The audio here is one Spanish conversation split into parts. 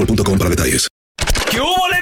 com para detalles. ¿Qué hubo, le,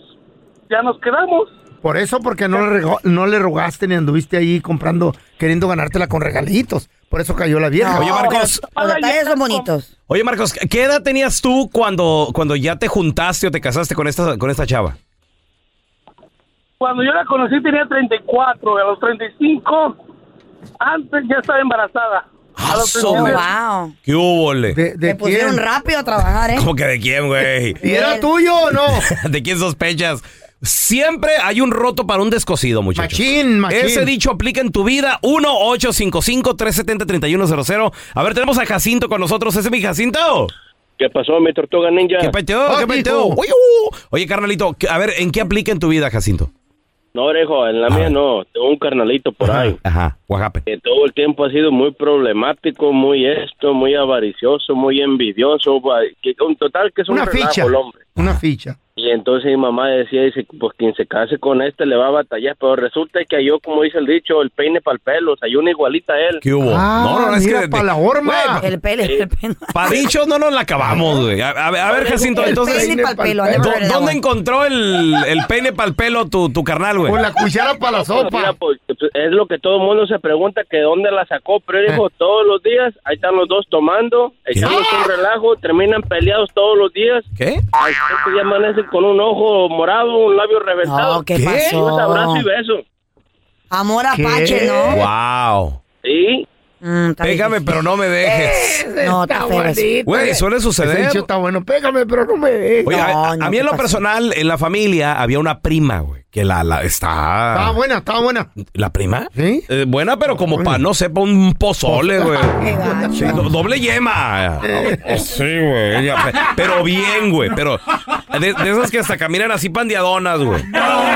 ya nos quedamos Por eso, porque no le, rego- no le rogaste ni anduviste ahí comprando, queriendo ganártela con regalitos. Por eso cayó la vieja. Oye, Marcos. Los detalles son bonitos. Oye, Marcos, ¿qué edad tenías tú cuando, cuando ya te juntaste o te casaste con esta, con esta chava? Cuando yo la conocí tenía 34, a los 35, antes ya estaba embarazada. A los Aso, 39. Wow. ¿Qué hubo, le? ¿De, de Me pusieron quién? rápido a trabajar, ¿eh? ¿Cómo que de quién, güey? ¿Y era tuyo o no? ¿De quién sospechas? Siempre hay un roto para un descosido, muchachos. Machín, machín. Ese dicho aplica en tu vida. 1-855-370-3100. A ver, tenemos a Jacinto con nosotros. ¿Ese es mi Jacinto? ¿Qué pasó, mi tortuga ninja? ¿Qué peteo? Ah, ¿Qué peteo? hijo. Uy, uh. Oye, carnalito, ¿qué- a ver, ¿en qué aplica en tu vida, Jacinto? No, orejo, en la Ah. mía no. Tengo un carnalito por ahí. Ajá, Guajape. Que todo el tiempo ha sido muy problemático, muy esto, muy avaricioso, muy envidioso. va- Que, un total, que es un Una relajo ficha. el hombre. Una ficha. Y entonces mi mamá decía, dice, pues quien se case con este le va a batallar. Pero resulta que yo, como dice el dicho, el peine para el pelo. O sea, yo una igualita a él. ¿Qué hubo? Ah, mira, Ah. pa' la horma. Güey, El pelo, el pelo. pa' dicho no nos la acabamos, güey. A, a ver- a ver, Jacinto, El entonces... peine pa'l pelo. Eh, ¿dó- never heard of that ¿Dónde one. encontró el, el peine para el pelo tu, tu carnal, güey? Con la cuchara para la Pues, mira, sopa. pues, es lo que todo el mundo se pregunta, que dónde la sacó, pero él Eh. dijo, todos los días, ahí están los dos tomando, echándose un relajo, terminan peleados todos los días, ¿Qué? al siguiente día amanecen con un ojo morado, un labio reventado, No, ¿qué, ¿Qué? un abrazo pasó? y beso. Amor ¿Qué? apache, ¿no? ¡Wow! Sí, Mm, está Pégame, difícil. pero no me dejes. No, está feo eso. Güey, suele Ese suceder. dicho está bueno. Pégame, pero no me dejes. Oye, No, a, a no, mí en ¿qué lo pasó? personal, en la familia, había una prima, güey, que la, la está... Estaba buena, estaba buena. ¿La prima? Ah. Sí. Eh, buena, pero como Buena. para, no sé, pa' un pozole, Pues, güey. Qué gacho. Sí, do- doble yema. Eh, Sí, güey. ella- pe- Pero bien, güey. Pero de, de esas que hasta caminan así pandeadonas, güey.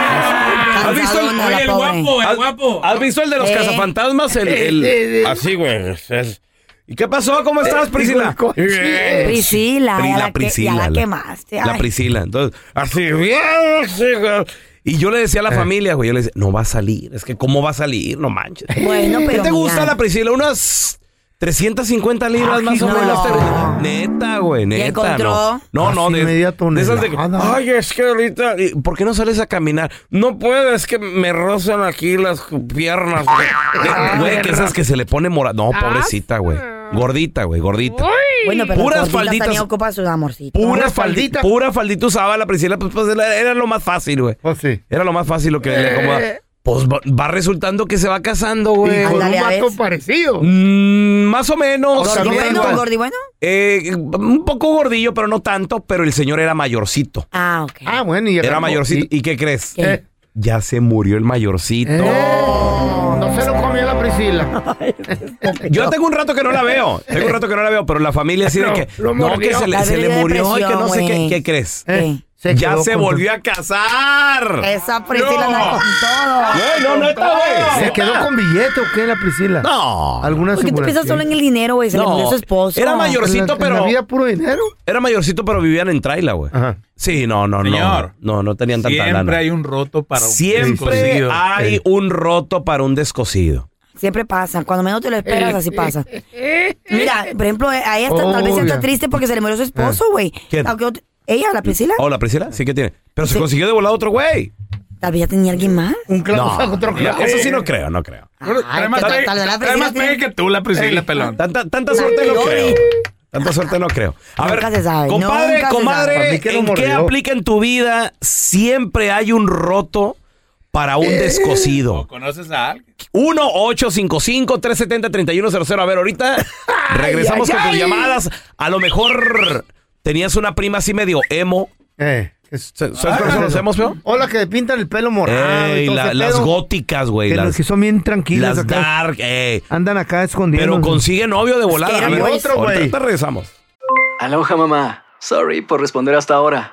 ¿Has visto el, Cansadona la pobre. ¿Has- ¿Has visto el de los Eh. cazafantasmas? El, el- así, güey. es- ¿Y qué pasó? ¿Cómo estás, Priscila? Bien. Priscila, Pri- ya la la, que, ya Eh, Priscila, la la- quemaste. La ay. Priscila. Entonces, así, bien, así, güey. Y yo le decía a la familia, güey, yo le decía, no va a salir, es que cómo va a salir, no manches. Bueno, pero ¿Qué te mira. gusta la Priscila? Unas 350 libras más o no. menos. te- Neta, güey, neta. encontró? No, no, no. Casi De, media de esas de que, tonelada. Ay, es que ahorita. ¿y ¿Por qué no sales a caminar? No puedo, es que me rozan aquí las piernas. güey. Güey, que esas que se le pone morada. No, Ah. pobrecita, güey. Gordita, güey, gordita. Bueno, pero Puras Puras falditas. también ocupa su amorcito. Pura Pura faldita. faldita. Pura faldita usaba la Priscila. Pues, pues, era era lo más fácil, güey. Pues sí. Eh. Era lo más fácil lo que le acomoda. Pues va, va resultando que se va casando, güey. Y con un Ándale, a vato ver. parecido. Mm, más o menos. ¿Gordi también, bueno? pues. ¿Gordi bueno? Eh, un poco gordillo, pero no tanto, pero el señor era mayorcito. Ah, ok. Ah, bueno. Y Era mayorcito. ¿Y, qué crees? ¿Qué? Eh. Ya se murió el mayorcito. No. No se lo comió la Priscila. Yo tengo un rato que no la veo. Tengo un rato que no la veo, pero la familia así de No, que. lo No, mordió. que se le, La se le depresión, murió y que no sé qué. güey. ¿Qué crees? Eh, Se ya quedó se con- volvió a casar. Esa Priscila No. anda con todo. Güey, no, neta, güey. ¿Se quedó con billete o qué la Priscila? No. ¿Alguna ¿Por qué tú piensas solo en el dinero, güey? Se le No, murió su esposo. era mayor- En la- Mayorcito, en pero- la vida puro dinero? Era mayorcito, pero vivían en traila, güey. Ajá. Sí, no, no, Señor, no. No, no tenían tanta Siempre lana. hay un roto para un Siempre descosido. hay un roto para un descosido. Siempre pasa. Cuando menos te lo esperas, así pasa. Mira, por ejemplo, eh, a ella está- tal vez Obvio. está triste porque se le murió su esposo, güey. Eh. ¿Quién? Aunque otro- ¿Ella, la Priscila? Hola, Oh, Priscila, sí que tiene. Pero se Sí. consiguió de volar otro güey. Tal vez ya tenía alguien más. Un clavo No, saca otro clavo. eso sí no creo, no creo. Trae más tal- pegue- tal vez la trae más Priscila pegue que tú, la Priscila, pelón. Tanta, tanta suerte no creo. Tanta suerte no creo. A Nunca ver, se sabe, compadre, nunca se sabe. comadre, Para mí que lo ¿en qué mordió. aplica en tu vida siempre hay un roto para un descosido? ¿O conoces a alguien? 1-855-370-3100. A ver, ahorita regresamos Ay, con ay, tus ay. llamadas. A lo mejor tenías una prima así medio emo. Eh, ¿Sabes cuáles son los emos, feo? o la que le pintan el pelo morado. Ey, y todo la- ese las pedo, góticas, güey. Que, no- Las, que son bien tranquilas. las acá. dark, ey. Andan acá escondidos. Pero consigue novio de volada. que A eran ver, buenos. ahorita- güey. ahorita regresamos. Aloha mamá, sorry por responder hasta ahora.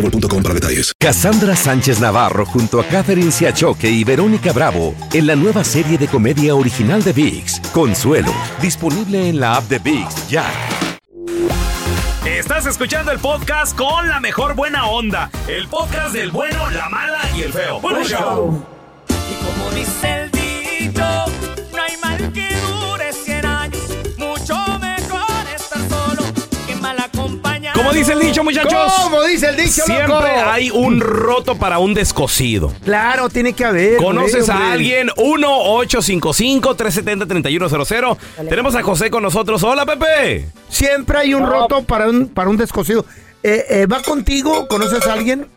para detalles. Cassandra Sánchez Navarro junto a Catherine Siachoque y Verónica Bravo en la nueva serie de comedia original de VIX, Consuelo, disponible en la app de VIX ya. Estás escuchando el podcast con la mejor buena onda. El podcast del bueno, la mala y el feo. Bueno, show. Como dice el dicho, no hay mal que dure 100 años. Mucho mejor estar solo que mal acompañado. Como dice el dicho, muchachos. ¿Cómo dice el dicho, Siempre loco? hay un roto para un descosido. Claro, tiene que haber. ¿Conoces hombre, a hombre. alguien? 1-855-370-3100. Tenemos a José con nosotros. Hola, Pepe. Siempre hay un roto para un, para un descosido. Eh, eh, ¿Va contigo? ¿Conoces a alguien?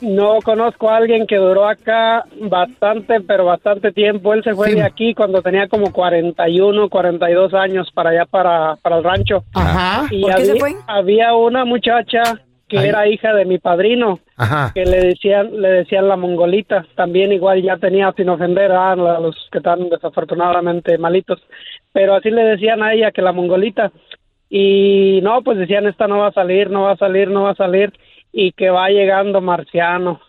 No conozco a alguien que duró acá bastante, pero bastante tiempo. Él se fue Sí. de aquí cuando tenía como 41, 42 años para allá, para, para el rancho. Ajá. Y ¿Por qué había, se fue? había una muchacha que Ahí. era hija de mi padrino, Ajá. que le decían le decían la mongolita. También igual ya tenía, sin ofender a la- los que están desafortunadamente malitos, pero así le decían a ella que la mongolita. Y no, pues decían, esta no va a salir, no va a salir, no va a salir, y que va llegando Marciano.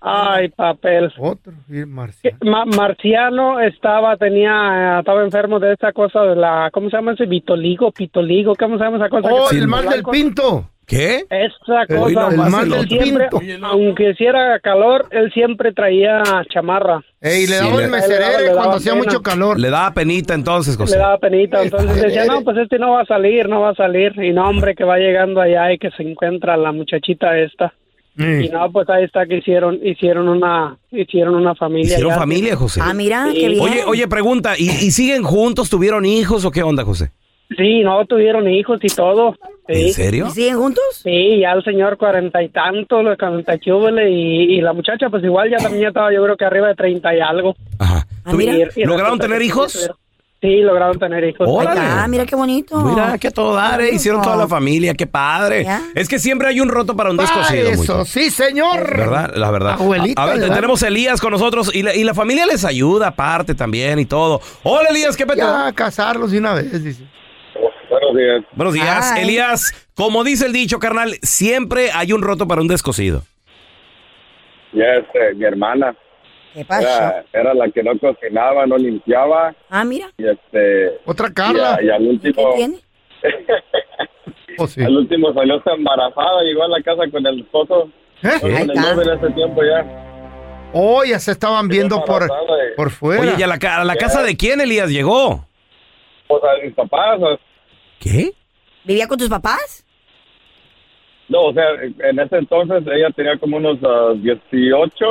Ay, papel. Otro, y Marcial. Ma- Marciano estaba tenía eh, estaba enfermo de esa cosa de la ¿cómo se llama ese vitoligo, pitoligo? ¿Cómo se llama esa cosa? Oh, que- el mal del blanco? pinto. ¿Qué? Esa El- cosa, el él mal del siempre, pinto. aunque hiciera calor, él siempre traía chamarra. Ey, le Sí, le- daba el Le daba- le meserere daba cuando hacía pena. mucho calor. Le daba penita entonces, Le José. daba penita, entonces decía, no, pues este no va a salir, no va a salir. Y no, hombre, que va llegando allá y que se encuentra la muchachita esta. Y Sí. no, pues ahí está que hicieron, hicieron una, hicieron una familia. Hicieron ya. familia, José. Ah, mira, Sí. qué bien. Oye, oye, pregunta. ¿y, y siguen juntos? ¿Tuvieron hijos o qué onda, José? Sí, no, tuvieron hijos y todo. Sí. ¿En serio? ¿Siguen juntos? Sí, ya el señor cuarenta y tanto, los cuarenta y chúbele, y, y la muchacha pues igual ya también ya estaba yo creo que arriba de treinta y algo. Ajá. Ah, ¿Tuvi- mira. Y- y ¿Lograron resulta tener que sí hijos? tuvieron. Sí, lograron tener hijos. Órale. Ah, mira qué bonito. Mira, que a todo Ah, dar, eh, Hicieron toda la familia, qué padre. Ya. Es que siempre hay un roto para un Ah, descosido. eso, mucho. sí, señor. ¿Verdad? La verdad. Abuelita, a ver, te- ¿verdad? tenemos a Elías con nosotros y la, y la familia les ayuda aparte también y todo. Hola, Elías, ¿qué peto? Ya, casarlos de una vez, dice. Buenos días. Buenos días, Ay. Elías. Como dice el dicho, carnal, siempre hay un roto para un descosido. Ya este, mi hermana ¿Qué pasó? era, era la que no cocinaba, no limpiaba Ah, mira. y este Otra y, Carla. a- y al ¿Qué último tiene? Oh, sí. al último salió hasta embarazada, llegó a la casa con el esposo, ¿Eh? con Ahí el está. novio en ese tiempo ya. Oh, ya se estaban viendo por, embarazada, eh. por fuera. Oye, ¿y a la, ca- a la casa de quién, Elías, llegó? O sea, mis papás, o- ¿Qué? ¿Vivía con tus papás? no, o sea, en ese entonces ella tenía como unos ah, 18,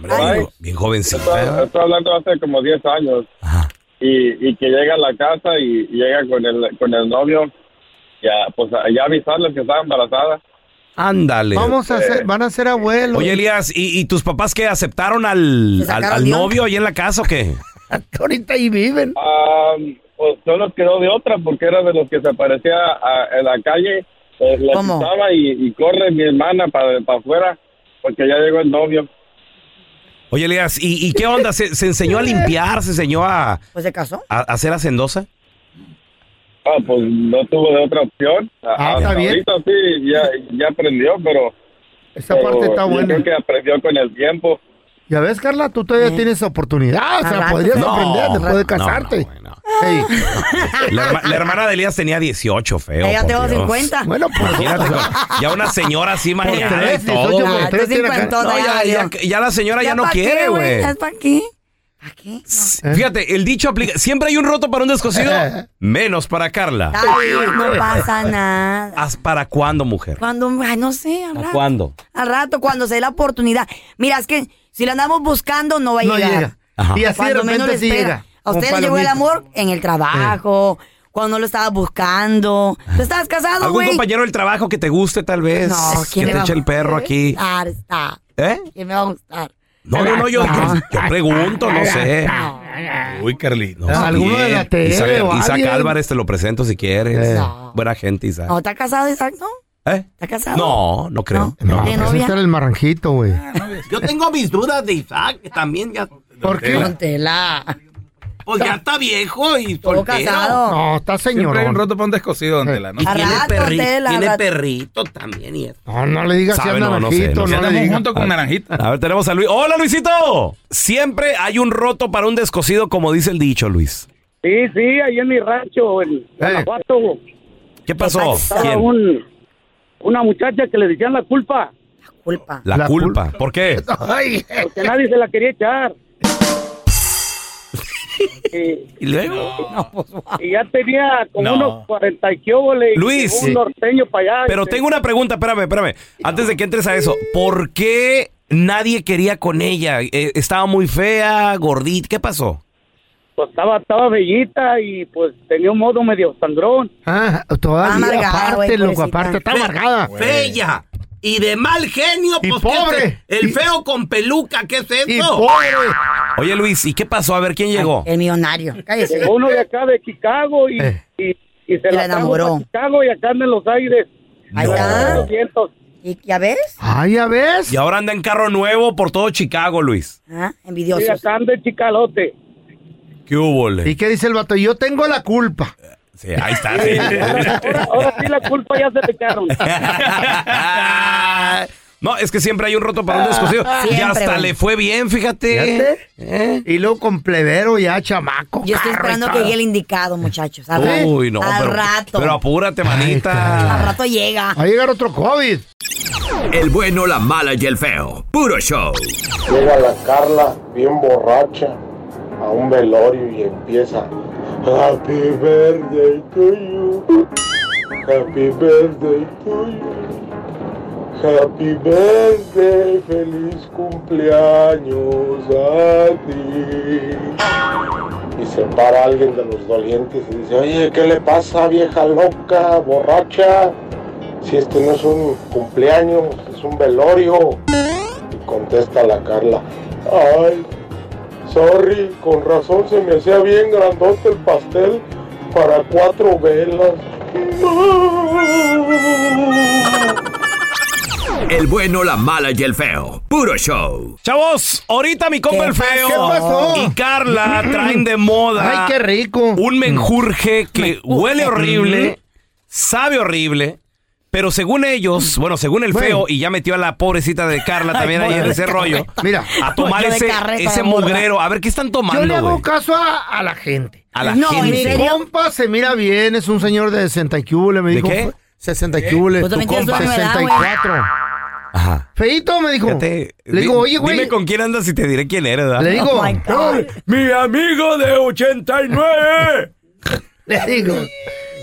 Hombre, Ay. bien, bien estoy, jovencita. estoy hablando hace como 10 años. Ajá. y, y que llega a la casa y, y llega con el con el novio ya pues a- ya avisarles que estaba embarazada Ándale. Vamos a ser, van a ser abuelos. Oye, Elías, ¿y, y tus papás qué? ¿Aceptaron al, ¿Te al, sacaron al de onda? novio ahí en la casa o qué? ahorita ahí viven. Ah, pues no nos quedó de otra porque era de los que se aparecía a- en la calle pues la ¿Cómo? quitaba y, y corre mi hermana para afuera porque ya llegó el novio Oye, Elías, ¿y, y qué onda? ¿Se, se enseñó a limpiar? ¿Se enseñó a, Pues se casó. a, a ser hacendosa? ah pues no tuvo de otra opción A- Ah, está hasta bien. ahorita sí ya ya aprendió pero Esa pero parte está yo buena. creo que aprendió con el tiempo Ya ves, Carla, tú todavía Eh. tienes oportunidad. O Al sea, rato, podrías Feo. aprender después de no, casarte. no, no. Ey, La, herma- la hermana de Elías tenía 18, feo. Ella por tengo Dios. 50. Bueno, pues. Imagínate, con- ya una señora así mañana y tres, todo. dieciocho, güey. por Ah, tú tres tiene acá. cincuentona, No, ya, ya, valió. ya la señora ya, no pa' qué, Ah, quiere, güey. ¿Es para qué? ¿Para qué? S- Fíjate, el dicho aplica. Siempre hay un roto para un descosido, menos para Carla. Ay, no pasa nada. ¿Haz para cuándo, mujer? Cuando, ay, no sé, al ¿Para rato. cuándo? Al rato, cuando se dé la oportunidad. Mira, es que si la andamos buscando, no va a No llegar. llega. Ajá. Y así de Cuando menos repente lo sí espera. llega. A Como usted le llegó el palomita. amor en el trabajo, cuando no lo estaba buscando. ¿Tú estabas casado, ¿Algún güey? compañero del trabajo que te guste, tal vez? No, que ¿quién te me va Ah. eche el perro aquí. a gustar? Está. ¿Eh? ¿Quién me va a gustar? No, no, no, yo, yo pregunto, no sé. Uy, Carlito. Alguno de la tele Isaac, o Isaac alguien. Álvarez te lo presento si quieres. No. Buena gente, Isaac. No, ¿está casado, Isaac? ¿No? ¿Eh? ¿Está casado? No, no creo. No, ¿De pues novia? este era el marranjito, güey. Yo tengo mis dudas de Isaac, que también ya. ¿Por qué? Don Tela. Pues ya está viejo y Todo soltero. casado. No, está Siempre hay un roto para un descosido, don Tela, ¿no? Y tiene perri- Tela, tiene rato. perrito también y eso. No, no le digas si Sabe, es no, no sé, no naranjito, no, sé. le Andamos digas. junto con naranjita. A ver, tenemos a Luis. ¡Hola, Luisito! Siempre hay un roto para un descosido, como dice el dicho, Luis. Sí, sí, ahí en mi rancho, en Guanajuato. ¿Qué pasó? Estaba ¿Quién? un- una muchacha que le decían la culpa. La culpa. La, culpa. ¿Por qué? Porque nadie se la quería echar. y, Y luego. y ya tenía como pues, No. unos 40 y quiobole, y Luis. llegó un norteño para allá. Pero Este, tengo una pregunta, espérame, espérame. Antes de que entres a eso, ¿por qué nadie quería con ella? Eh, estaba muy fea, gordita. ¿Qué pasó? pues, estaba, estaba bellita y pues tenía un modo medio sangrón. Ah, todavía Amargada, aparte, güey, loco, pobrecita. aparte, está Fe- Ah. amargada. Bella. Y de mal genio, Y pues, pobre. ¿qué es? El feo con peluca, ¿qué es eso? Oye, Luis, ¿y qué pasó? A ver, ¿quién llegó? El millonario. Cállese. Llegó Eh, uno de acá de Chicago y, y, y se Y la la enamoró. enamoró. Chicago y acá anda en los aires. Ahí está. ¿Y ya ves? Ay, ya ves. Y ahora anda en carro nuevo por todo Chicago, Luis. Ah, Y Envidiosos. acá anda el chicalote. ¿Qué hubo, ¿Y le? qué dice el vato? Yo tengo la culpa. Sí, ahí está. sí. Ahora sí la culpa ya se le echaron. No, es que siempre hay un roto para un descosido. y Siempre, hasta güey. le fue bien, fíjate. Fíjate. Y luego con plebero ya, chamaco. Yo estoy esperando que llegue el indicado, muchachos. Al rato. Uy, no, Al pero, rato. pero apúrate, manita. Al rato llega. Va a llegar otro COVID. El bueno, la mala y el feo. Puro show. Llega la Carla bien borracha a un velorio y empieza Happy birthday to you Happy birthday to you Happy birthday, feliz cumpleaños a ti Y se para alguien de los dolientes y dice Oye, ¿qué le pasa vieja loca, borracha? Si este no es un cumpleaños, es un velorio contesta la Carla. Ay, sorry, con razón se me hacía bien grandote el pastel para cuatro velas. El bueno, la mala y el feo. Puro show. Chavos, ahorita mi compa ¿Qué el feo pasó? ¿Qué pasó? y Carla traen de moda. Ay, qué rico. Un menjurje que huele horrible, sabe horrible, pero según ellos, bueno, según el feo, y ya metió a la pobrecita de Carla también ahí en ese rollo. Mira, A tomar Yo de ese, carreta, ese la morra. mugrero. A ver, ¿qué están tomando, Yo le hago güey? caso a, a la gente. A la no, gente. mi ¿En serio? compa se mira bien, es un señor de 60 y cúbule, me ¿De dijo. qué? 60 y cúbule. Tú también tienes tu misma edad, güey. 64. Ajá. Feito me dijo. Fíjate, le di- digo, oye, güey. Dime con quién andas y te diré quién eres, ¿verdad? Le digo, "Ay, mi amigo de 89. le digo,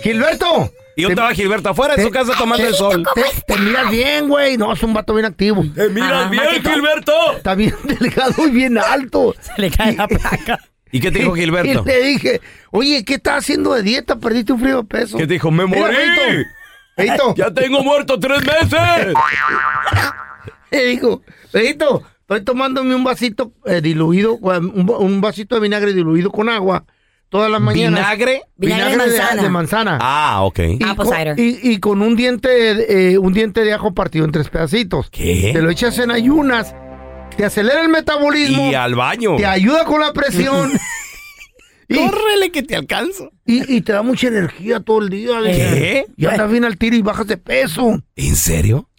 Gilberto. Y yo estaba Gilberto afuera de te- su casa tomando te- el sol. Te, te miras bien, güey. No, es un vato bien activo. Te miras Ah, bien, Maquito. Gilberto. Está bien delgado y bien alto. Se le cae la placa. ¿Y qué te dijo Gilberto? Y le dije, oye, ¿qué estás haciendo de dieta? Perdiste un frío de peso. ¿Qué te dijo? ¡Me Mira, morí! Feito, Feito. ¡Ya tengo muerto tres meses! Le digo, Pedrito, estoy tomándome un vasito eh, diluido, un, va- un vasito de vinagre diluido con agua todas las mañanas. ¿Vinagre? Vinagre, Vinagre de de- manzana. De, manzana. Ah, ok. Y, con, y- y con un diente, eh, un diente de ajo partido en tres pedacitos. ¿Qué? Te lo echas en ayunas, te acelera el metabolismo. Y al baño. Te ayuda con la presión. Córrele que te alcanzo. Y, y te da mucha energía todo el día. le- ¿Qué? Y andas bien al tiro y bajas de peso. ¿En serio?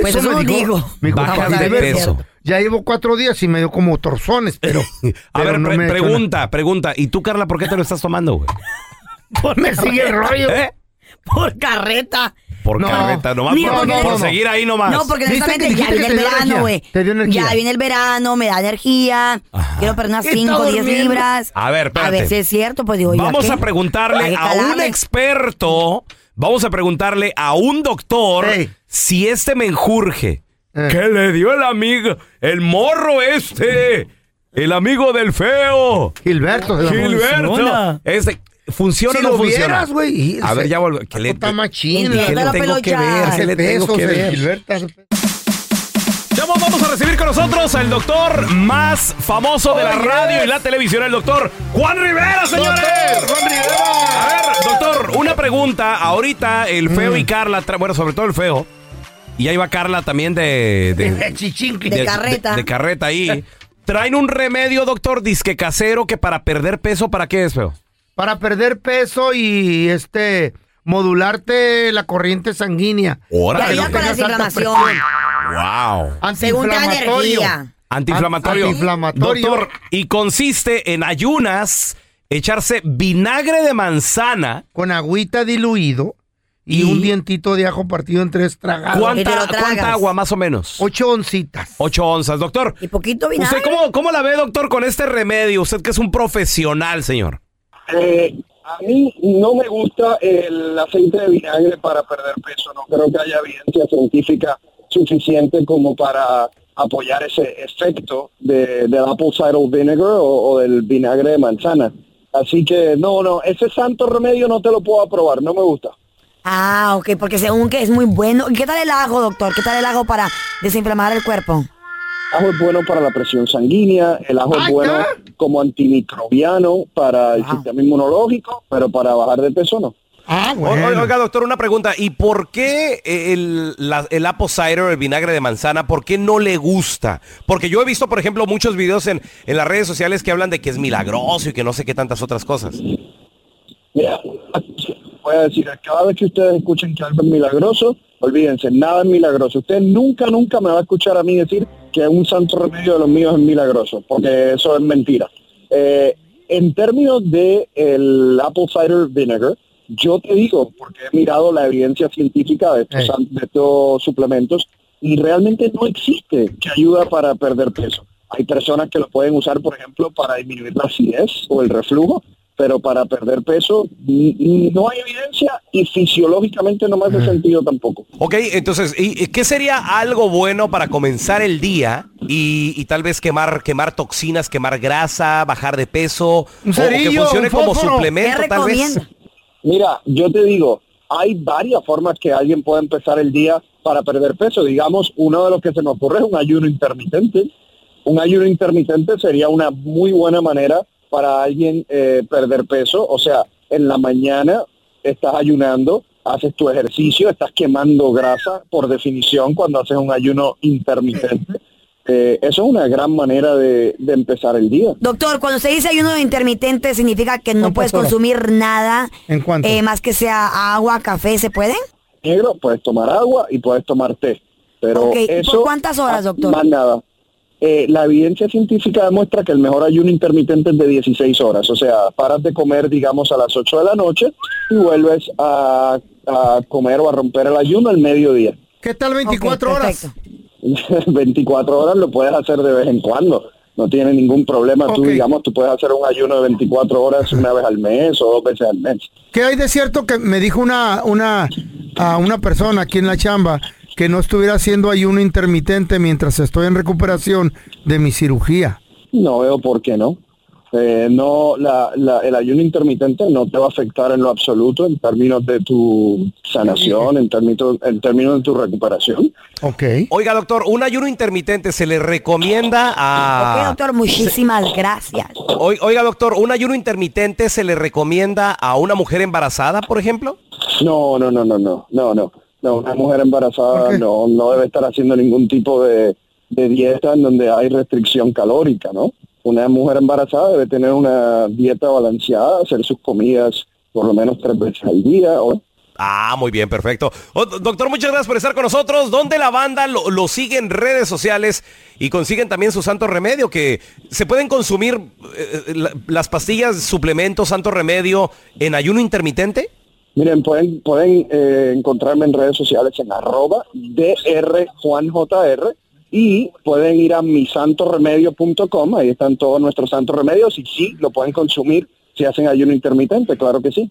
Pues eso me dijo- digo. me dijo, Bajas "Papá, de ver, peso". Ya llevo cuatro días y me dio como torzones, pero. A pero ver, no pre- me ha hecho pregunta, pregunta. ¿Y tú, Carla, por qué te lo estás tomando, güey? nada. Me sigue el rollo. ¿Eh? Por carreta. Por No. carreta, nomás Mira, por, porque por no. seguir ahí nomás. No, porque Dice que necesariamente ya dijiste viene el que te dio verano, energía, güey. te dio energía. Ya viene el verano, me da energía. Quiero perder unas Está 5 o 10 durmiendo. libras. A ver, A espérate. ver si es cierto, pues digo yo. Vamos ¿qué? a Hay preguntarle que a un calarle. experto, vamos a preguntarle a un doctor si este menjurje Eh. que le dio el amigo, el morro este, el amigo del feo, Gilberto, se llama. Gilberto, Funciona. este, ¿Funciona Si o no lo funciona? vieras, güey, y- A se- ver, ya vuelvo. ¿Qué le, Está machín. ¿Qué le tengo que ver? ¿Qué le tengo que ver? Chavos, vamos a recibir con nosotros al doctor más famoso de la radio y la televisión, el doctor Juan Rivera, señores. A ver, doctor, una pregunta. Ahorita el Mm. feo y Carla, tra- bueno, sobre todo el feo, y ahí va Carla también de... de- De carreta. De, de carreta ahí. Traen un remedio, doctor, disque casero, que para perder peso, ¿para qué es, feo? Para perder peso y este modularte la corriente sanguínea. Órale. Para que Te no ayuda con tengas la alta desinflamación. presión. ¡Wow! Según te da Antiinflamatorio. energía. Antiinflamatorio. Antiinflamatorio. Doctor, y consiste en ayunas echarse vinagre de manzana. Con agüita diluido y, un dientito de ajo partido en tres tragadas. ¿Cuánta, cuánta agua más o menos? Ocho oncitas. Ocho onzas, doctor. Y poquito vinagre. ¿Usted cómo, cómo la ve, doctor, con este remedio? Usted que es un profesional, señor. Eh, a mí no me gusta el aceite de vinagre para perder peso. No creo que haya evidencia científica suficiente como para apoyar ese efecto de, del apple cider vinegar o, o del vinagre de manzana. Así que no, no, ese santo remedio no te lo puedo aprobar, no me gusta. Ah, ok, porque según que es muy bueno. ¿Y qué tal el ajo, doctor? ¿Qué tal el ajo para desinflamar el cuerpo? ajo es bueno para la presión sanguínea, el ajo es bueno como antimicrobiano para el sistema inmunológico, pero para bajar de peso no. Ah, bueno. Oiga, doctor, una pregunta. ¿Y por qué el, la- el apple cider, el vinagre de manzana, por qué no le gusta? Porque yo he visto, por ejemplo, muchos videos en, en las redes sociales que hablan de que es milagroso y que no sé qué tantas otras cosas. Mira, voy a decir, cada vez que ustedes escuchen que algo es milagroso, olvídense, nada es milagroso. Usted nunca, nunca me va a escuchar a mí decir que un santo remedio de los míos es milagroso, porque eso es mentira. Eh, en términos de el apple cider vinegar, yo te digo, porque he mirado la evidencia científica de estos, san- de estos suplementos, y realmente no existe que ayuda para perder peso. Hay personas que lo pueden usar, por ejemplo, para disminuir la acidez o el reflujo, pero para perder peso n- n- no hay evidencia y fisiológicamente no me hace sentido tampoco. Ok, entonces, ¿y, y qué sería algo bueno para comenzar el día y, y tal vez quemar, quemar toxinas, quemar grasa, bajar de peso? o- o Un que cerillo, funcione un como fósforo. suplemento, ¿Qué tal vez. recomienda? Mira, yo te digo, hay varias formas que alguien puede empezar el día para perder peso. Digamos, uno de los que se me ocurre es un ayuno intermitente. Un ayuno intermitente sería una muy buena manera para alguien eh, perder peso. O sea, en la mañana estás ayunando, haces tu ejercicio, estás quemando grasa por definición cuando haces un ayuno intermitente. Eh, eso es una gran manera de, de empezar el día. Doctor, cuando se dice ayuno intermitente, ¿significa que no puedes horas? consumir nada ¿En cuánto? eh, más que sea agua, café? ¿Se puede? negro, puedes tomar agua y puedes tomar té. Pero Ok, ¿por eso, ah, cuántas horas, doctor? Más nada. Eh, la evidencia científica demuestra que el mejor ayuno intermitente es de 16 horas. O sea, paras de comer, digamos, a las 8 de la noche y vuelves a, a comer o a romper el ayuno al mediodía. ¿Qué tal 24 horas? 24 horas lo puedes hacer de vez en cuando. No tiene ningún problema. Tú, digamos, tú puedes hacer un ayuno de 24 horas una vez al mes o dos veces al mes. ¿Qué hay de cierto que me dijo una, una, a una persona aquí en la chamba que no estuviera haciendo ayuno intermitente mientras estoy en recuperación de mi cirugía? No veo por qué no. Eh, no, la- la- el ayuno intermitente no te va a afectar en lo absoluto en términos de tu sanación, en términos, en términos de tu recuperación. Ok. Oiga, doctor, un ayuno intermitente se le recomienda Ok, a... doctor, muchísimas gracias. Oi- Oiga, doctor, ¿un ayuno intermitente se le recomienda a una mujer embarazada, por ejemplo? No, no, no, no, no, no, no. No, una mujer embarazada no, no debe estar haciendo ningún tipo de, de dieta en donde hay restricción calórica, ¿no? Una mujer embarazada debe tener una dieta balanceada, hacer sus comidas por lo menos tres veces al día. ¿o? Ah, muy bien, perfecto. Oh, do- doctor, muchas gracias por estar con nosotros. ¿Dónde la banda lo, lo sigue en redes sociales y consiguen también su santo remedio? Que se pueden consumir eh, la- las pastillas, suplementos, santo remedio en ayuno intermitente. Miren, pueden, pueden eh, encontrarme en redes sociales en arroba drjuanjr y pueden ir a misantoremedio.com, ahí están todos nuestros santos remedios y sí, lo pueden consumir si hacen ayuno intermitente, claro que sí.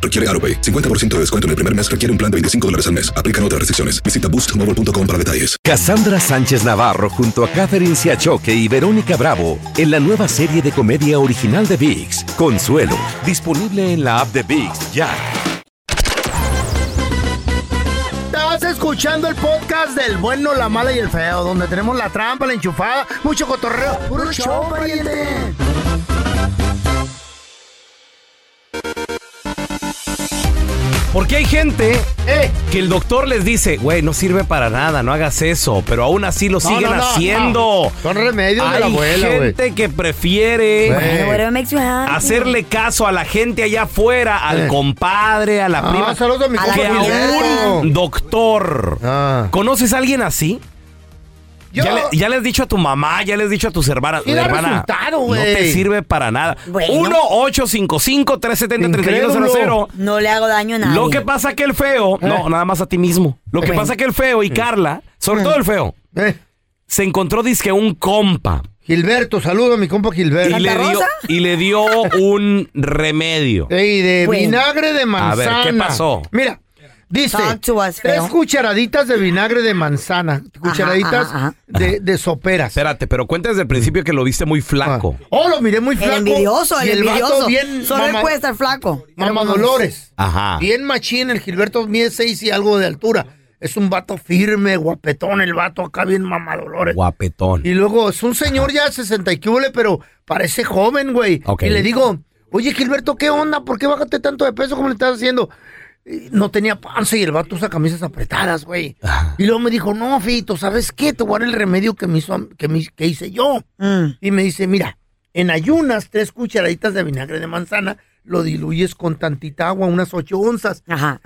requiere AroPay. 50% de descuento en el primer mes requiere un plan de 25 dólares al mes. Aplican otras restricciones. Visita boostmobile.com para detalles. Cassandra Sánchez Navarro junto a Catherine Siachoque y Verónica Bravo en la nueva serie de comedia original de VIX, Consuelo, disponible en la app de VIX ya. Estás escuchando el podcast del bueno, la mala y el feo, donde tenemos la trampa, la enchufada, mucho cotorreo. ¡Puro show, pariente! Porque hay gente Eh. que el doctor les dice, güey, no sirve para nada, no hagas eso, pero aún así lo No, siguen no, no, haciendo. no. Son remedios de Hay la abuela, güey. gente que prefiere Bueno, Whatever makes you happy. hacerle caso a la gente allá afuera, al Eh. compadre, a la Ah, prima. saludos a mi que compa Ah. a Gilberto. un doctor. ¿Conoces a alguien así? Ya, le, ya le has dicho a tu mamá, ya le has dicho a tus hermanas. Y da hermana, resultado, no güey. te sirve para nada. 1-855-370-3100. No le hago daño a nadie. Lo que pasa que el feo, no, nada más a ti mismo. Lo que Bueno. pasa que el feo y Eh. Carla, sobre Eh. todo el feo, se encontró dizque un compa Gilberto, saludo a mi compa Gilberto. y le dio y le dio un remedio. Ey, de Bueno. vinagre de A ver, manzana. ¿qué pasó? Mira, dice Talk to us, tres feo. cucharaditas de vinagre de manzana, cucharaditas ajá, ajá. De, de soperas. Espérate, pero cuenta desde el principio que lo viste muy flaco. Oh, lo miré muy El flaco. envidioso, el y el vato envidioso. bien Solo él mama- puede estar flaco. Ah. Mamá Dolores. Ajá. Bien machín, el Gilberto mide seis y algo de altura. Es un vato firme, guapetón, el vato acá bien mamadolores. Guapetón. Y luego es un señor ya de 60 y qué huele, pero parece joven, güey. Ok. Y le digo, oye, Gilberto, ¿qué onda? ¿Por qué bajaste tanto de peso como le estás haciendo? Y No tenía panza y el vato usa camisas apretadas, güey. Y luego me dijo, no, Fito, ¿sabes qué? Te voy a dar el remedio que, me hizo, a- que, me- que hice yo. Y me dice, mira, en ayunas, tres cucharaditas de vinagre de manzana, lo diluyes con tantita agua, unas ocho onzas.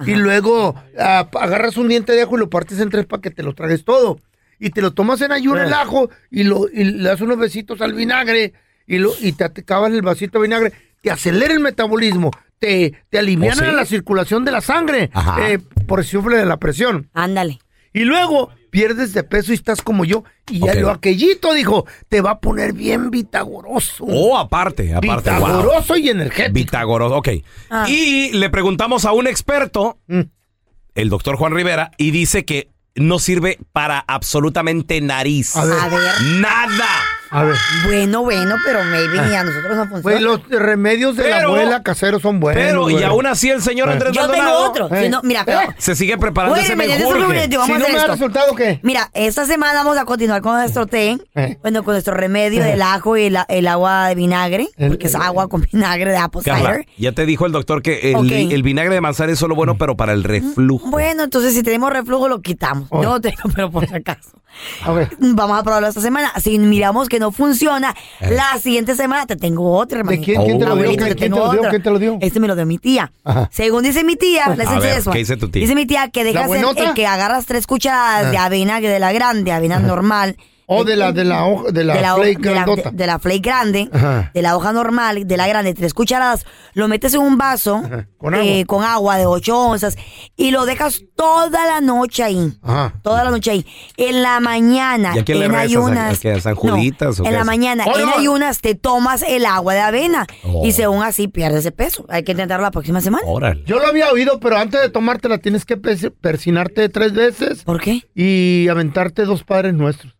Y luego ah, agarras un diente de ajo y lo partes en tres para que te lo tragues todo. Y te lo tomas en ayuno Eh. el ajo y, lo, y le das unos besitos al vinagre y, lo, y te acabas el vasito de vinagre. Te acelera el metabolismo, te, te aliviana ¿Oh, sí? la circulación de la sangre Ajá. eh, por si sufre de la presión. Ándale. Y luego pierdes de peso y estás como yo. Y ya Ok. lo aquellito dijo, te va a poner bien vitagoroso. Oh, aparte, aparte. wow. Vitagoroso y energético. Vitagoroso, ok. Ah. Y le preguntamos a un experto, Mm. el doctor Juan Rivera, y dice que no sirve para absolutamente nariz. A ver. A ver. Nada. A ver. Bueno, bueno, pero maybe ni a nosotros no funciona. Güey, los remedios de la Pero- abuela caseros son buenos. Pero, y güey. aún así el señor Eh. Andrés Yo tengo Maldonado, otro. Si no- mira, pero- Se sigue preparando Wait a ese minute, menjurje. eso es lo que te vamos Si a no hacer me da esto. resultado, ¿qué? Mira, esta semana vamos a continuar con nuestro té. Eh. Bueno, con nuestro remedio del ajo y el, el agua de vinagre. Porque es agua con vinagre de apple Carla, cider. ya te dijo el doctor que el, Ok. el vinagre de manzana es solo bueno, pero para el reflujo. Bueno, entonces si tenemos reflujo lo quitamos. Yo no tengo, pero por si acaso. Vamos a probarlo esta semana. Si miramos que no funciona, Eh. la siguiente semana te tengo otra, hermanito. quién? ¿Quién te lo dio? Abuelito, ¿Quién- quién te tengo lo dio? otra. ¿Quién te lo dio? Este me lo dio mi tía. Ajá. Según dice mi tía, les A enseñé ver, eso. ¿qué dice tu tía? mi tía que ¿La dejas el, buenota? el que agarras tres cucharadas Ah. de avena, que de la grande, avena normal. O de la- de la hoja- de la ho- flake de la- grandota. de- de la flake grande, Ajá. de la hoja normal, de la grande, tres cucharadas, lo metes en un vaso Ajá. Con eh, agua. con agua de 8 onzas y lo dejas toda la noche ahí. Ajá. Toda la noche ahí. En la mañana, ¿Y a quién le en rezas? ¿A- ayunas. a qué? ¿A San No, Juditas o en qué la haces? mañana, ¡Oh, en no! ayunas te tomas el agua de avena Oh. y según así pierdes de peso. Hay que intentarlo la próxima semana. Yo lo había oído, pero antes de tomártela tienes que pes- persinarte tres veces. ¿Por qué? Y aventarte dos padres nuestros.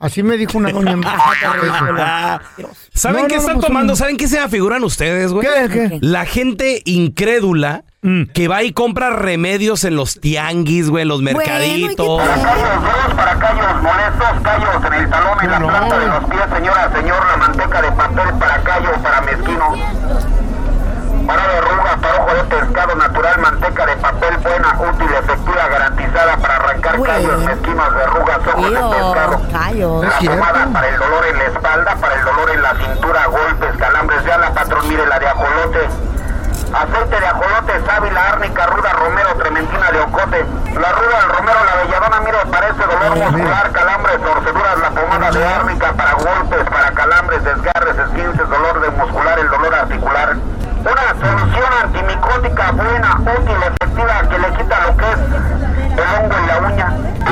Así me dijo una doña. Ah, ¿Saben No, qué no, están no, pues, tomando? no. ¿Saben qué se afiguran ustedes, güey? ¿Qué, Mm. qué? La gente incrédula que va y compra remedios en los tianguis, güey, en los Bueno, ¿y qué mercaditos. Dios, callos. Para el dolor en la espalda, para el dolor en la cintura, golpes, calambres de ala, patrón, mire la de ajolote. Aceite de ajolote, sábila, árnica, ruda, romero,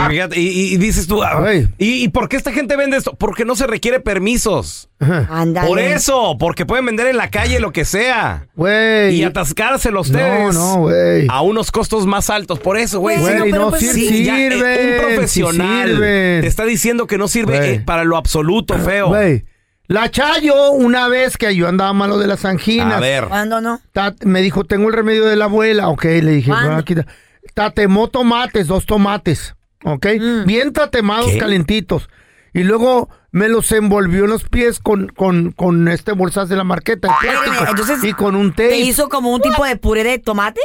Fíjate, y, y- y dices tú, ah, ¿y, y por qué esta gente vende esto? Porque no se requiere permisos. Ándale. Por eso, porque pueden vender en la calle lo que sea. Güey. Y atascárselo a ustedes. No, no, güey. A unos costos más altos. Por eso, güey. Güey, Güey, no, no, pues sí Sí, ya, eh, sirven, un profesional sí sirven. te está diciendo que no sirve Güey. eh, para lo absoluto, feo. Güey. La Chayo, una vez que yo andaba malo de las anginas. A ver. ¿Cuándo no? Tat- me dijo, tengo el remedio de la abuela. Ok, le dije, ¿Cuándo? "Bueno, aquí está". tatemó tomates, dos tomates. Ok, Mm. bien tatemados, ¿Qué? calentitos. Y luego me los envolvió en los pies con, con, con este bolsas de la marqueta. de Ah, plástico. y con un té. ¿Te hizo como un tipo de puré de tomate?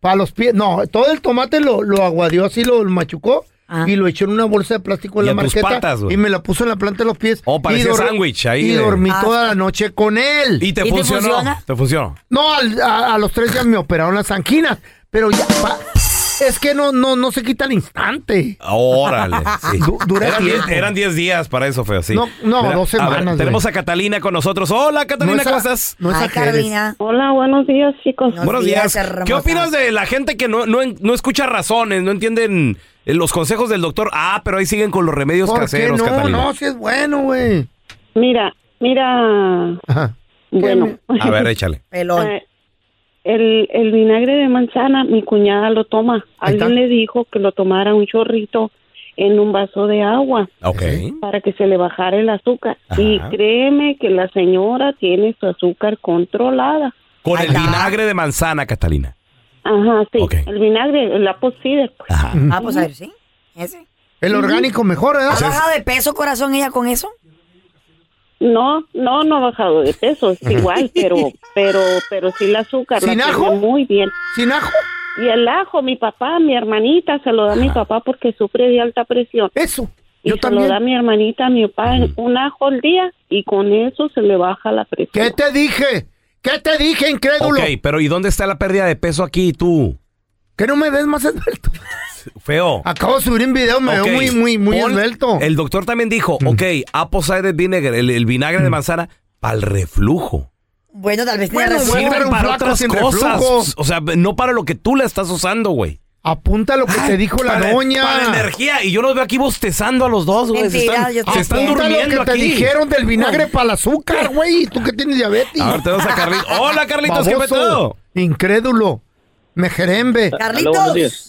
Para los pies. No, todo el tomate lo, lo aguadeó así, lo machucó. Ah. Y lo echó en una bolsa de plástico Y en la a tus marqueta. patas, güey. y me la puso en la planta de los pies. Oh, parecía y dor- sándwich ahí Y de- dormí Ah. toda la noche con él. Y te funcionó. Te funcionó. No, al- a, a los tres ya me operaron las anginas. Pero ya. pa- es que no, no, no se quita al instante. Órale. sí. Du- dura Eran tiempo. diez- eran 10 días para eso, feo, sí. No, no, Mira, dos a ver, semanas, güey. tenemos a Catalina con nosotros. Hola, Catalina, ¿cómo estás? Hola, buenos días, chicos. Buenos días. ¿Qué opinas de la gente que no, no, en- no escucha razones, no entienden eh, los consejos del doctor? Ah, pero ahí siguen con los remedios ¿Por qué caseros, no? Catalina. No, si es bueno, güey. Mira, mira. Ajá. Bueno. A ver, échale. Pelón. Eh, el, el vinagre de manzana, mi cuñada lo toma. Alguien le dijo que lo tomara un chorrito en un vaso de agua Ok. para que se le bajara el azúcar. Y Ajá. créeme que la señora tiene su azúcar controlada. Con el vinagre de manzana, Catalina. Ajá, sí. El vinagre, la apocider. Ah, pues a ver, sí. Ese. El orgánico mejor, ¿eh? ¿Ha bajado de peso, corazón, ella con eso? No, no, no ha bajado de peso, es igual, pero, pero, pero sí el azúcar. ¿Sin la ajo? tiene Muy bien. ¿Sin ajo? Y el ajo, mi papá, mi hermanita, se lo da mi papá porque sufre de alta presión. Ah. Eso. Y yo se lo también. da mi hermanita, mi papá, en un ajo al día y con eso se le baja la presión. ¿Qué te dije? ¿Qué te dije, incrédulo? Ok, pero ¿y dónde está la pérdida de peso aquí, tú? Que no me ves más esbelto. Feo. Acabo de subir un video, me Ok. veo muy, muy, muy Pon- esbelto. Mm. El doctor también dijo, ok, apple cider vinegar, el, el vinagre de manzana, para el reflujo. Bueno, tal vez te Bueno, resulta. bueno, Sirven un para flaco otras sin cosas. reflujo. O sea, no para lo que tú la estás usando, güey. Apunta lo que te dijo la para, doña. Para energía. Y yo los veo aquí bostezando a los dos, güey. Se Mentira, están, yo se estoy- están Apunta lo durmiendo que te aquí. dijeron del vinagre para el azúcar, güey. ¿Tú que tienes diabetes? A ver, tenemos a Carlitos. Hola, Carlitos, ¿qué Baboso, pedo? Incrédulo. Mejerembe. Carlitos.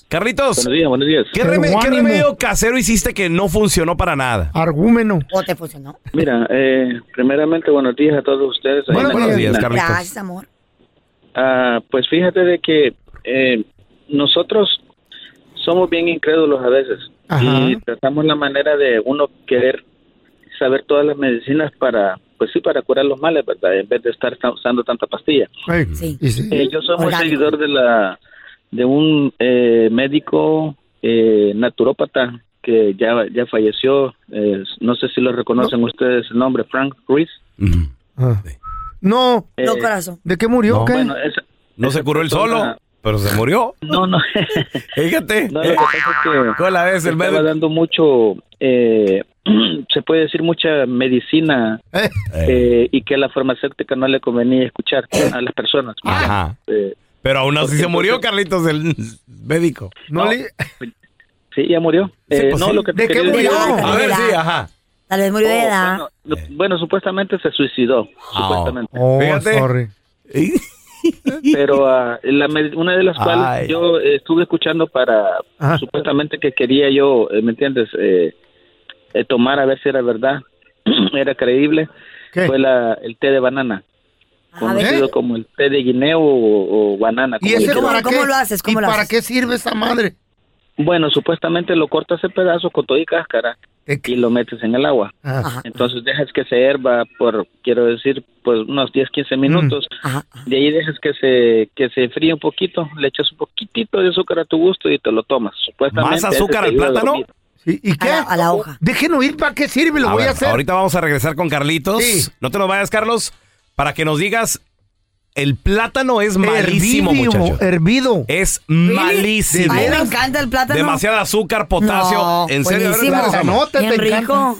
Buenos días, buenos días. ¿Qué, reme- qué Pero remedio casero hiciste que no funcionó para nada? Argumeno. ¿O te funcionó? Mira, eh, primeramente buenos días a todos ustedes. ahí en la buenos días, cabina. Gracias, amor. Ah, pues fíjate de que eh, nosotros somos bien incrédulos a veces y tratamos la manera de uno querer saber todas las medicinas para, pues sí, para curar los males, ¿verdad? En vez de estar ta- usando tanta pastilla. Sí. Eh, yo soy muy Orgánico. seguidor de la de un eh, médico eh, naturópata que ya ya falleció. eh, no sé si lo reconocen ustedes el nombre, Frank Ruiz. No. No, corazón. ¿De qué murió? No, ¿Qué? bueno, esa- No se curó él persona- solo, pero se murió. No, no. Fíjate. eh, No, lo que pasa es que vez el estaba médico? dando mucho, eh, se puede decir mucha medicina eh, y que a la farmacéutica no le convenía escuchar a las personas. Ah. Ajá. Eh, Ah, Pero aún así porque se murió, entonces- Carlitos, el médico. No, Sí, ya murió. Sí, Eh, pues no, sí. lo que te ¿De qué quería murió? decir- A ver, sí, ajá. Tal vez murió de Oh, edad. No, bueno, supuestamente se suicidó. Ah, Supuestamente. Oh, Fíjate. Pero ah, la med- una de las cuales Ay. yo eh, estuve escuchando para supuestamente que quería yo, eh, ¿me entiendes? Eh, eh, tomar a ver si era verdad, era creíble, fue la, el té de banana, conocido como el té de guineo o, o banana. ¿Y como ese le para quieras. qué? ¿Y para qué sirve esa madre? Bueno, supuestamente lo cortas en pedazos con todo y cáscara y lo metes en el agua. Entonces dejas que se hierva por, quiero decir, pues unos 10, Mm. 15 minutos. De ahí dejas que se que se fríe un poquito, le echas un poquitito de azúcar a tu gusto y te lo tomas. Supuestamente ¿Más ese azúcar te al ayuda a plátano? dormir. ¿Y qué? A la hoja. Déjenlo ir, ¿para qué sirve? Lo A voy ver, a hacer. Ahorita vamos a regresar con Carlitos. No te nos vayas, Carlos, para que nos digas. El plátano es malísimo, Hervidio, muchachos. Hervido. Es Really? malísimo. ¿De Ay, me veras? encanta el plátano. Demasiado azúcar, potasio. No, en serio, buenísimo. ahorita regresamos. Bien rico.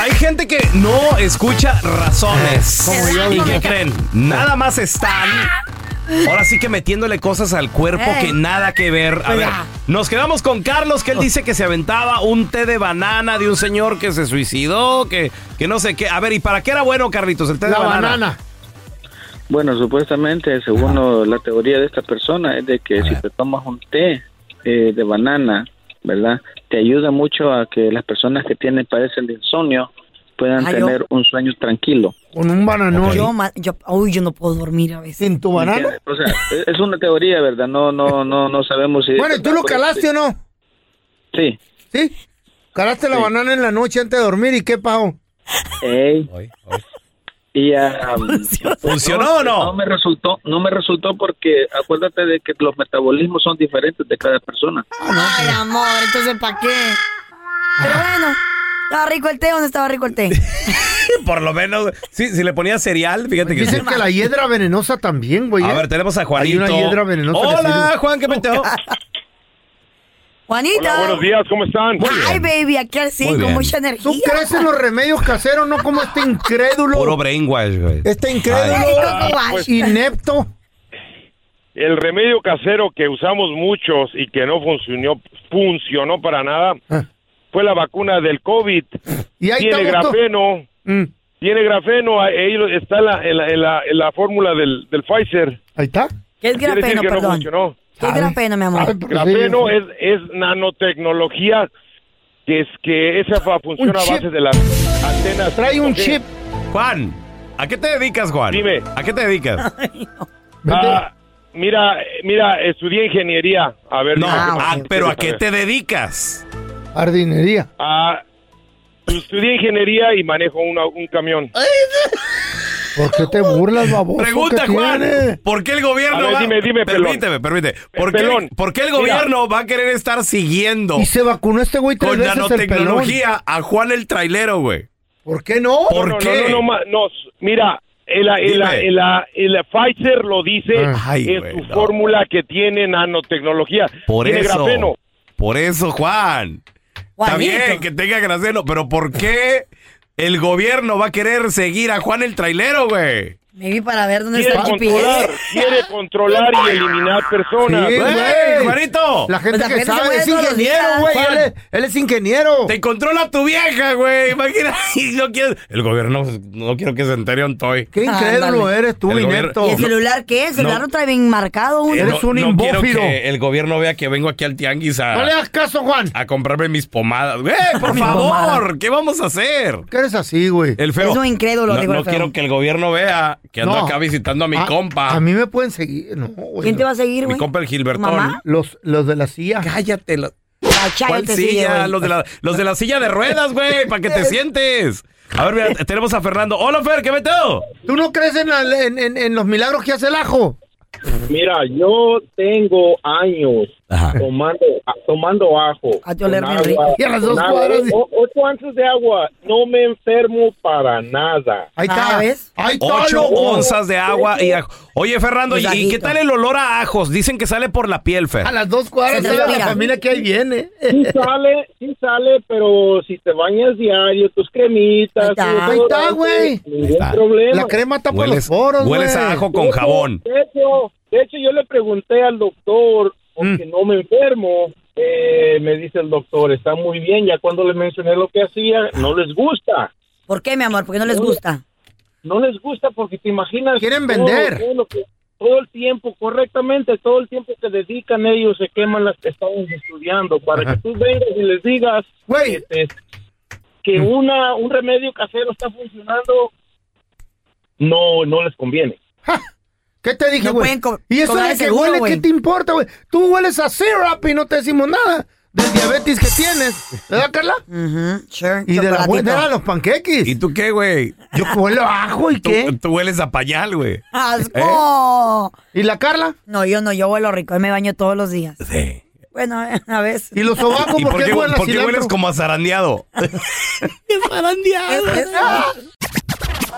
Hay gente que no escucha razones. Como yo ¿Y digo. qué creen? Nada más están Ahora sí que metiéndole cosas al cuerpo Ey. que nada que ver. A Oiga. ver, nos quedamos con Carlos, que él dice que se aventaba un té de banana de un señor que se suicidó, que, que no sé qué. A ver, ¿y para qué era bueno, Carlitos, el té de banana? Bueno, supuestamente, según lo- la teoría de esta persona, es de que si te tomas un té eh, de banana, ¿verdad? Te ayuda mucho a que las personas que tienen, padecen de insomnio, puedan Ah, yo- tener un sueño tranquilo. Con un bananón. Yo, ma- yo, uy, yo no puedo dormir a veces. ¿Sin tu ¿Entiendes? O sea, es- es una teoría, ¿verdad? No, no, no, no sabemos si... Bueno, ¿y tú lo calaste o no? Sí. ¿Sí? Calaste la banana en la noche antes de dormir y qué pajo. Ey. Y, ah, ¿Funcionó o no? No me resultó, no me resultó porque acuérdate de que los metabolismos son diferentes de cada persona. Ay, amor, entonces ¿para qué? Pero bueno, ¿estaba rico el té o no estaba rico el té? Por lo menos, sí, si le ponía cereal, fíjate que Dicen sí. que la hiedra venenosa también, güey. A ¿eh? ver, tenemos a Hay Juanito. una hiedra venenosa. que Hola, sirve. Juan, ¿qué peteo? Juanita. días, ¿cómo están? Ay, baby, aquí al sí, Muy con bien. mucha energía. ¿Tú crees en los remedios caseros, no como este incrédulo? Puro brainwash, güey. Este incrédulo, Ay. pues- inepto. El remedio casero que usamos muchos y que no funcionó, funcionó para nada fue la vacuna del COVID. Ah. Y ahí tiene estamos Mm. to- grafeno, tiene grafeno, ahí lo- está en la, en la- en la- en la fórmula del, del Pfizer. Ahí está. ¿Qué es Quiere grafeno, decir que no perdón? funcionó. ¿Qué es grafeno, mi amor? Grafeno es, es nanotecnología que es que esa fa- funciona a chip. base de las antenas. Trae un chip. Juan, ¿a qué te dedicas, Juan? Dime. ¿A qué te dedicas? Ah, mira, mira, estudié ingeniería. A ver, No, dime qué más ah, quieres pero ¿a qué saber. te dedicas? Jardinería. Ah, estudié ingeniería y manejo una- un camión. ¿Por qué te burlas, baboso? Pregunta, ¿Qué Juan, tiene? ¿por qué el gobierno A ver, va... dime, dime, pelón. Permíteme, permíteme. ¿Por qué, Pelón. por qué el Mira. gobierno va a querer estar siguiendo Y se vacunó este güey tres con veces el pelón. nanotecnología a Juan el trailero, güey? ¿Por qué no? ¿Por no, no, qué? No, no, ma- no, s- mira, el, el, Dime. el- el- el Pfizer lo dice, Ay, es güey, su no. fórmula que tiene nanotecnología. Por tiene eso. grafeno. Por eso, Juan. Está bien que tenga graceno, pero ¿por qué el gobierno va a querer seguir a Juan el trailero, güey? Me vi para ver dónde Quiere está el controlar, GPS. quiere controlar y eliminar personas. Sí, Güey, güey. Juanito. Pues La O Pues gente sea, que gente se sabe muere es todos los ingeniero, días. güey. Juan. Él, es- él es ingeniero. Te controla tu vieja, güey. Imagina. Y no quiero- el gobierno, no quiero que se entere un toy. Qué incrédulo eres tú, inepto. ¿Y el celular qué? El celular No. no, trae bien marcado uno. Eh, no, no quiero que el gobierno vea que vengo aquí al tianguis a, No le hagas caso, Juan. a comprarme mis pomadas. ¡Eh, por Mis favor! pomadas. ¿Qué vamos a hacer? ¿Qué eres así, güey? El feo. No, no quiero que el gobierno vea que ando No. acá visitando a mi Ah, compa. A mí me pueden seguir. No, güey. ¿Quién te va a seguir, mi güey? compa el Gilbertón. ¿Mamá? Los, los de la silla. Cállate. Los, La chayo ¿Cuál te sigue, silla? güey. Los de, la, los de la silla de ruedas, güey, para que te sientes. A ver, mira, tenemos a Fernando. Hola, Fer, ¿qué meteo? ¿Tú no crees en, la- en- en- en los milagros que hace el ajo? Mira, yo tengo años tomando a- tomando ajo. A Ah, yo le bien rico. Y a las dos cuadras. Ocho onzas de agua. No me enfermo para nada. Ahí está. Ah, ¿Ves? Ahí Ah, Ocho onzas de agua y ajo. Oye, Fernando, ¿y, y qué Cuidadito. tal el olor a ajos? Dicen que sale por la piel, Fer. A las dos cuadras Se de la respira. familia que ahí viene. Sí sale, sí sale, pero si te bañas diario, tus cremitas. tu Ahí está, desodorante, güey. Ningún problema. La crema tapa Hueles- los poros, güey. hueles a ajo con De hecho- jabón. De hecho, de hecho, yo le pregunté al Mm. doctor, porque no me enfermo, eh, me dice el doctor, está muy bien, ya cuando le mencioné lo que hacía, no les gusta. ¿Por qué, mi amor? ¿Por qué no les gusta? No les gusta porque te imaginas... Quieren todo- vender. Todo, lo que- todo el tiempo, correctamente, todo el tiempo que dedican ellos, se queman las que estamos estudiando, para que tú vengas y les digas que, te- Mm. que una, un remedio casero está funcionando, no, no les conviene. ¿Qué te dije, No güey? pueden co- y eso cobrar de el que seguro, huele, güey. ¿qué te importa, güey? Tú hueles a syrup y no te decimos nada del diabetes que tienes. ¿Verdad, Carla? Sure, Y de la chocolatito. buena a los panqueques. ¿Y tú qué, güey? Yo huelo a ajo y Tú- qué. Tú, hueles a payal, güey. ¡Asco! ¿Eh? ¿Y la Carla? No, yo no, yo huelo rico, yo me baño todos los días. Sí. Bueno, a veces. ¿Y los sobacos ¿Y por qué, por qué hueles como a zarandeado?